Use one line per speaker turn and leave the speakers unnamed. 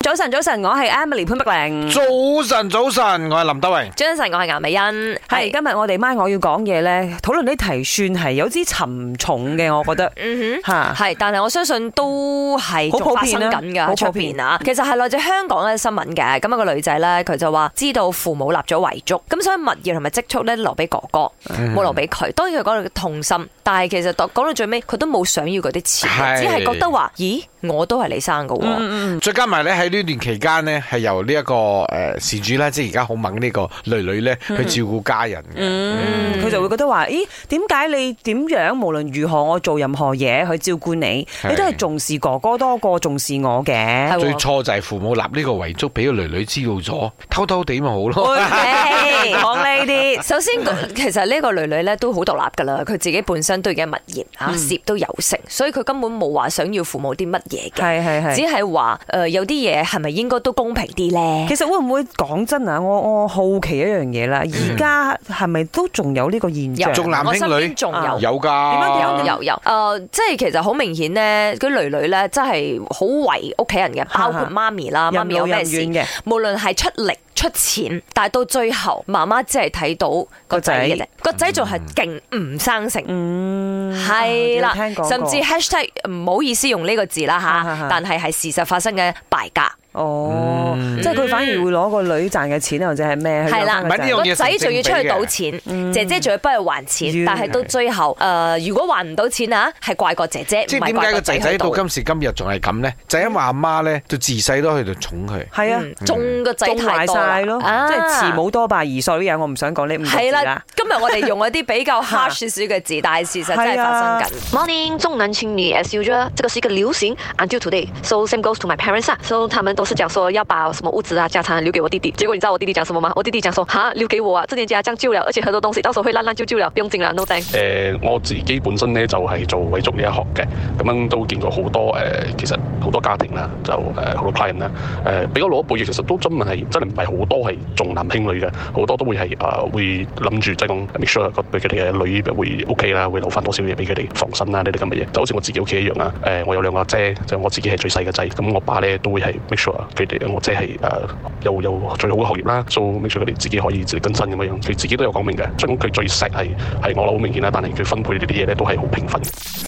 早晨，早晨，我係 Emily 潘碧玲。
早晨，早晨，我係林德榮。
早晨，我係顏美欣，
係今日我哋媽我要講嘢咧，討論呢題算係有啲沉重嘅，我覺得
嗯
吓
哼，。係，但係我相信都係
啊好普
仲發
遍
生
啊
緊
好
㗎，喺
普
出
遍
邊啊。其實係來自香港嘅新聞嘅，咁一個女仔咧，佢就話知道父母立咗遺囑，咁所以物業同埋積蓄咧留俾哥哥，
嗯
冇留俾佢。當然佢講到痛心，但係其實到講到最尾，佢都冇想要嗰啲錢
係
嘅，只係覺得話，咦，我都係你生嘅
嗯
喎。
再加埋咧喺呢段期間呢，係由呢、一個诶、呃事主啦，即係而家好猛呢個女女咧去照顧家人嘅。
嗯佢就會覺得話：咦，點解你點樣無論如何，我做任何嘢去照顧你，
係
你都係重視哥哥多過重視我嘅
係。
最錯就係父母立呢個遺囑俾個女女知道咗，偷偷地咪好咯。
喂
講呢啲。
首先， 其實呢個女女咧都好獨立噶啦，佢自己本身都已經係物業
嗯
啊，涉都有成，所以佢根本冇話想要父母啲乜嘢嘅。
係係係
只。係話誒有啲嘢係咪應該都公平啲咧？
其實會唔會講真啊？我我好奇一樣嘢啦，而家係咪都仲有呢個現象？
仲男
我身
輕女
邊仲
啊
有。
有
點樣
㗎，
有有誒、呃即係其實好明顯咧，嗰女女咧真係好為屋企人
啊
嘅，包括媽咪啦，媽
任
咪有
勞
咩
任
事，
怨嘅
無論係出力出錢，但係到最後媽媽只係睇到個仔嘅啫，個仔仲係勁唔生性。
嗯，
係啦
有聽講，過
甚至 hashtag 唔好意思用呢個字啦
啊啊啊
吓，但係係事實發生嘅敗家，
哦，即係佢反而會攞個女賺嘅錢或者係咩？
係啦
去養
嗯唔係呢樣
返
嘢
個
個仔仲要出去賭錢，姐姐仲要幫佢還
嗯
錢，但係到最後誒，如果還唔到錢啊，係怪個姐姐，
即
唔
係
係
點解
怪
個
個
仔
仔
仔
去
到
賭。
今時今日仲係咁呢？就因為阿媽呢，就自細都喺度寵佢。
仔係啊。
嗯中個仔啊
中
太
壞
多
晒咯，
啦
即係慈。母多敗兒所有，我唔想講呢五個字
係
啦
啦。，今日我哋用一啲比較
嚇
harsh 少少嘅字，但係事實真
啊
係發生緊。
Morning，重男轻女 as usual，这个是一个流行 until today。So same goes to my parents 啊，so 他们都是讲说要把什么物资啊、家产留给我弟弟。结果你知道我弟弟讲什么吗？我弟弟讲说哈，留给我啊，这间家这样旧了，而且很多东西到时候会烂烂旧旧了，不用紧了，no thanks。
誒、呃我自己本身咧就係、做遺囑呢一行嘅，咁樣都見過好多誒、呃其實好多家庭啦，就呃誒好、多 client 啦，誒、比較老一輩嘅其實都真係真係唔係好多係重男輕女嘅，好多都會係誒、啊會諗住即係講 make sure 個對佢哋嘅女會 OK 啦，會留翻多少嘢俾佢哋防身啦呢啲咁嘅嘢，就好似我自己屋企一樣啊，誒、我有兩個阿姐，就我自己係最細嘅仔，咁我爸咧都會係 make sure 佢哋我姐係誒、有有最好嘅學業啦，so make sure 佢哋自己可以自力更生咁樣樣，佢自己都有講明嘅，所以講佢最錫係係我諗好明顯啦，但係佢分配呢啲嘢咧都係好平分嘅。